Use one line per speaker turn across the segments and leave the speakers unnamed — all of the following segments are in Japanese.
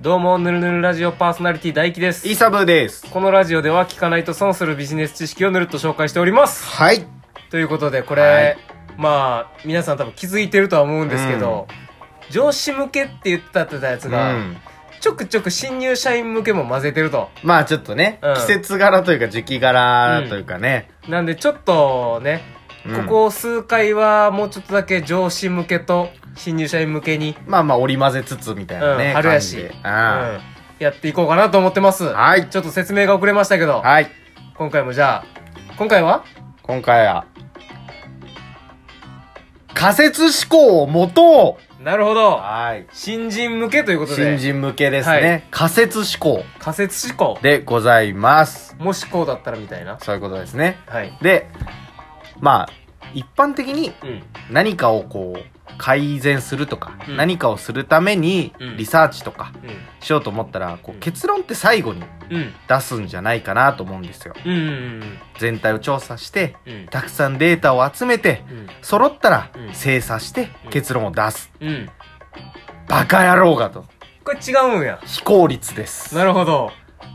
どうも、ぬるぬるラジオパーソナリティ大輝です
イ。サブーです。
このラジオでは聞かないと損するビジネス知識をぬるっと紹介しております。
はい。
ということで、これ、
はい
まあ、皆さん多分気づいてるとは思うんですけど、上司向けって言ってたってたやつ
う
が、
ん。
ちょくちょく新入社員向けも混ぜてると。
まあちょっとね、
うん
季節柄というか時期柄というかね。
なんで、ちょっとね、
うん
ここ数回はもうちょっとだけ上司向けと新入社員向けに、
まあまあ織り交ぜつつみたいなね。
うん春やし
感じで
うんやっていこうかなと思ってます。
うん。はい。
ちょっと説明が遅れましたけど、
はい。
今回もじゃあ、今回は
今回は、仮説思考を持とう
なるほど。
はい。
新人向けということ
新
で、
人向けですね。
は
仮説思考
仮説思考。
でございます。
もしこうだったらみたいな。
そういうことですね。
はい。
で、まあ、一般的に
うん。
何かをこう改善するとか、
うん
何かをするために
うん
リサーチとか
う
しようと思ったらこ
うん
う結論って最後に
ん。うん。
出すんじゃないかなと思うんですよ
うん。うん。
全体を調査して
うん。
たくさんデータを集めて
うん。
揃ったら
うん
精査して
うん
結論を出す
うん。
バカ野郎がと
これ違うんや。
非効率です
なるほど。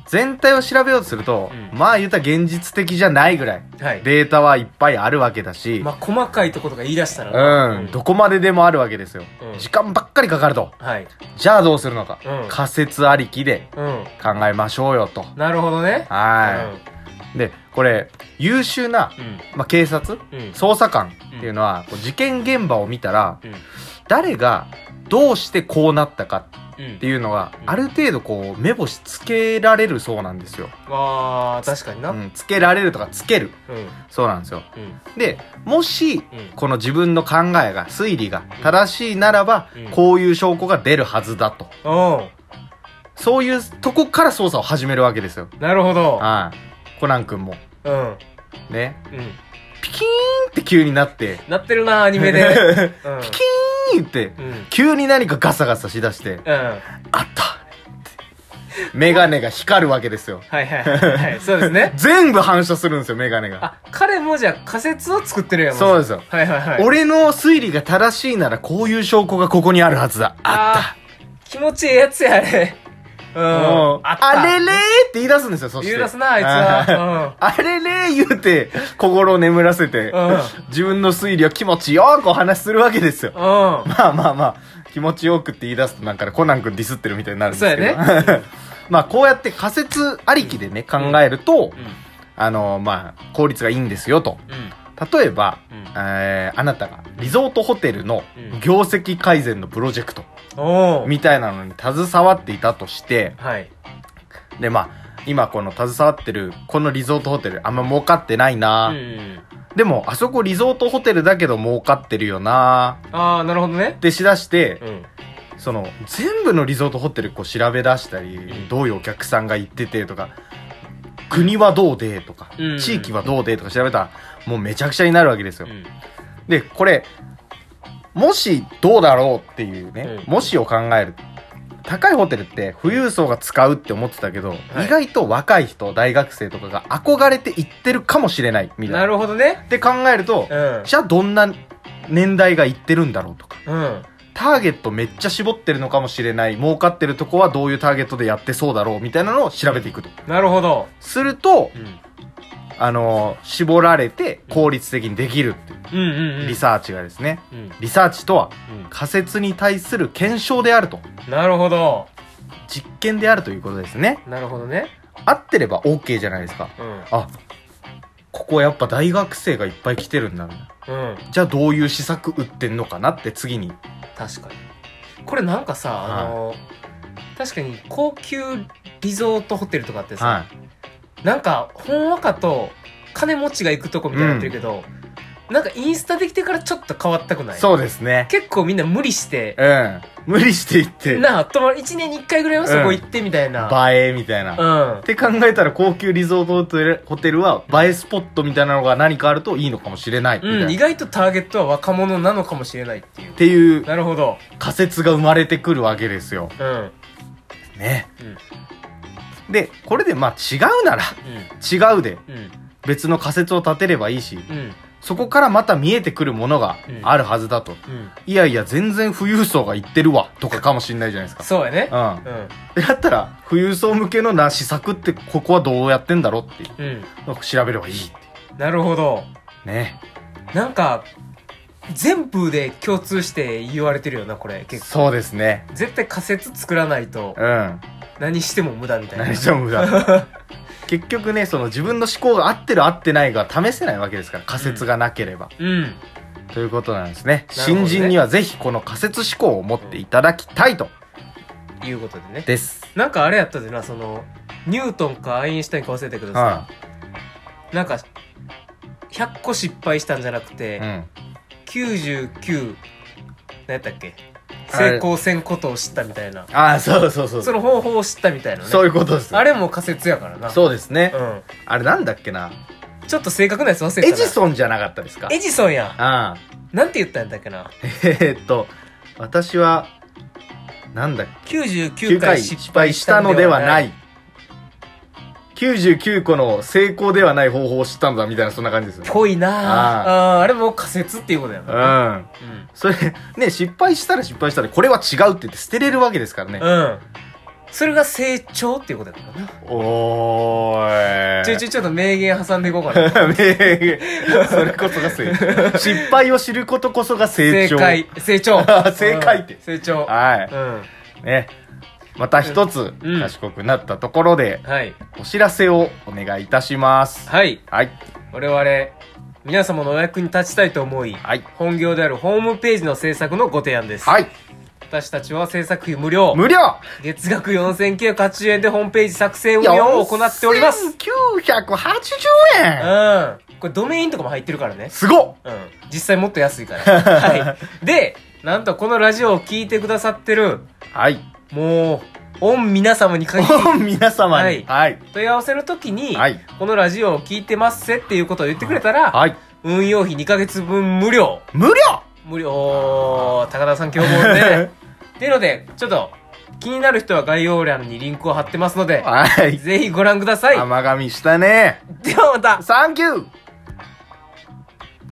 全体を調べようとすると、
うん
まあ言うたら現実的じゃないぐらい
はい。
データはいっぱいあるわけだし、
まあ、細かいとことか言い出したらな。
うん、どこまででもあるわけですよ、
うん
時間ばっかりかかると
はい。
じゃあどうするのか、
うん
仮説ありきで
うん。
考えましょうよと。
なるほどね。
はーい。で、これ、優秀な、
うん。
まあ、警察、
うん。うん。
捜査官っていうのは、こう事件現場を見たら、
うん。
誰がどうしてこうなったか
うん
って。いうのが
う、ん
ある程度こう、目星つけられるそうなんですよ。
まあ、確かにな。
う
うん。
ん、つけられるとかつける。
うん。
そうなんですよ。
うん。
で、もし、
うん。
この自分の考えが、推理が正しいならば、
うん
こういう証拠が出るはずだと。
おう
そういうとこから捜査を始めるわけですよ。
なるほど。
はい。コナン君も。
うん。うん。
ね。ピキーンって急になって、
なってるな、アニメ
ピ
で。
キ
うん。
ーンって、
うん。
急に何かガサガサしだして、
うん。はい
あったってメガネが光るわけですよ。
はいはいはい。そうですね。
全部反射するんですよ、メガネが。
あ、彼もじゃあ仮説を作ってるやん。
そうですよ。
はいはいはい。
俺の推理が正しいならこういう証拠がここにあるはずだ。あ
あった。気持ちええやつや、あれ。うん。
った。もう
あった。
あれれーって言い出すんですよ、そして。
言い出すな、あいつ
はい。
は。
あれれー言うて、心を眠らせて
うん、
自分の推理を気持ちよくお話しするわけですよ。
うん。うん。
まあまあまあ、気持ちよくって言い出すとなんかねコナン君ディスってるみたいになるんですけど。
そう
まあこうやって仮説ありきでね、考えると、あの、まあ、効率がいいんですよと。
うん。
例えば、
うん
えーあなたがリゾートホテルの
うん
業績改善のプロジェクト
うん。おー。
みたいなのに携わっていたとして、
はい。
でまあ、今この携わってるこのリゾートホテルあんま儲かってないな、
うん。
でもあそこリゾートホテルだけど儲かってるよな
あー、なるほどね
っ。てしだして、
うん。
その全部のリゾートホテルこう調べ出したり、
ん
どういうお客さんが行っててとか国はどうでとか、
うん
地域はどうでとか調べたらもうめちゃくちゃになるわけですよ、
うん。
でこれもしどうだろうっていうね、
うん
もしを考える高いホテルって富裕層が使うって思ってたけど、
い
意外と若い人大学生とかが憧れて行ってるかもしれないみたいな
なるほどね。
って考えると
う、ん。
じゃあどんな年代が行ってるんだろうとか
うん。
ターゲットめっちゃ絞ってるのかもしれない儲かってるとこはどういうターゲットでやってそうだろうみたいなのを調べていくと
なるほど。
すると
うん。
あのー絞られて効率的にできるっ
う
てい
んうんう。
うんリ。サーチがですね
うん。
リサーチとは
う
仮説に対する検証であると
ん。なるほど。
実験であるということですね
なるほどね。
合ってれば OK じゃないですか
うん。
あここやっぱ大学生がいっぱい来てるんだみたいな
うん。
じゃあどういう施策打ってんのかなって次に
確かにこれなんかさ、あの確かに高級リゾートホテルとかってさ、
は
なんかほんわかと金持ちが行くとこみたいになってるけど、なんかインスタできてからちょっと変わったくないい
そうですね
結構みんな無理して、
うん無理していって
なあ泊まる1年に1回ぐらいはそこ行ってみたいな、
映えみたいな
うん
って考えたら高級リゾートホテルホテルは映えスポットみたいなのが何かあるといいのかもしれないみたいな、
うん
っ
意外とターゲットは若者なのかもしれないっていう
ていう
なるほど
仮説が生まれてくるわけですよ。
うんうん
ね。で、これでまあ違うなら
う
違うで
んうん
別の仮説を立てればいいし、
うん
そこからまた見えてくるものがあるはずだと、
うん。
いやいや全然富裕層が言ってるわとかかもしれないじゃないですか
そうやね。
うん
うん。
だったら富裕層向けのな施策ってここはどうやってんだろうってい
う
う
ん。
のを調べればいいってい
なるほど。
うね
なんか、全部で共通して言われてるよな、これ。結構。
そうですね
絶対仮説作らないと
う、ん
何しても無駄みたいな。
何しても無駄結局ねその自分の思考が合ってる合ってないが試せないわけですから仮説がなければ、
うん。
ということなんですね
なるほど
新
ね
人にはぜひこの仮説思考を持っていただきたいと
いうことでね。
です
なんかあれやったでな、その、ニュートンかアインシュタインか忘れたけどさ、なんか、100個失敗したんじゃなくて、
うん、うん、
99何やったっけ
あれ
成功せんことを知ったみたいな
ああそうそうそ
そ
うそう
の方法を知ったみたいなね
そういうことです
あれも仮説やからなう、
そうですね、
ん、
あれなんだっけな
ちょっと正確なやつ忘れて
エ
たな
ジソンじゃなかったですか
エジソンや
ああ
なんて言ったんだっけな
えーっと私はなんだっけ
99
9
回
回
失
失
敗
敗
し
したた
の
の
で
で
は
は
な
ないい99個の成功ではない方法を知ったのだみたいなそんな感じですよね
ぽいなあ
あ
あーあれも仮説っていうことや
う
な、
ん
うん
それね失敗したら失敗したでこれは違うって言って捨てれるわけですからね
うん、それが成長っていうことやからな、
おーい
ちょいちょいちょっと名言挟んでいこうかな
ね それこそが成長失敗を知ることこそが成
正
長
解成長
正解って
うん成長
は
うん
いねまた一つ
うん
賢くなったところで
はい
お知らせをお願いいたします
はい
はい
我々皆様のお役に立ちたいと思い
はい
本業であるホームページの制作のご提案です、
はい
私たちは制作費無料
無料
月額4980円でホームページ作成運用を行っておりますうん
980円
これドメインとかも入ってるからね
すごっ
うん実際もっと安いから はいでなんとこのラジオを聞いてくださってる
はい
もう御皆様に限り
お皆様にはい
問い合わせの時に、
はい
このラジオを聞いてますせっていうことを言ってくれたら、
はい
運用費2ヶ月分無料
無料
無料高田さん今日もね っていうのでちょっと気になる人は概要欄にリンクを貼ってますので
はい
ぜひご覧ください
甘噛みしたね
ではまた
サンキュー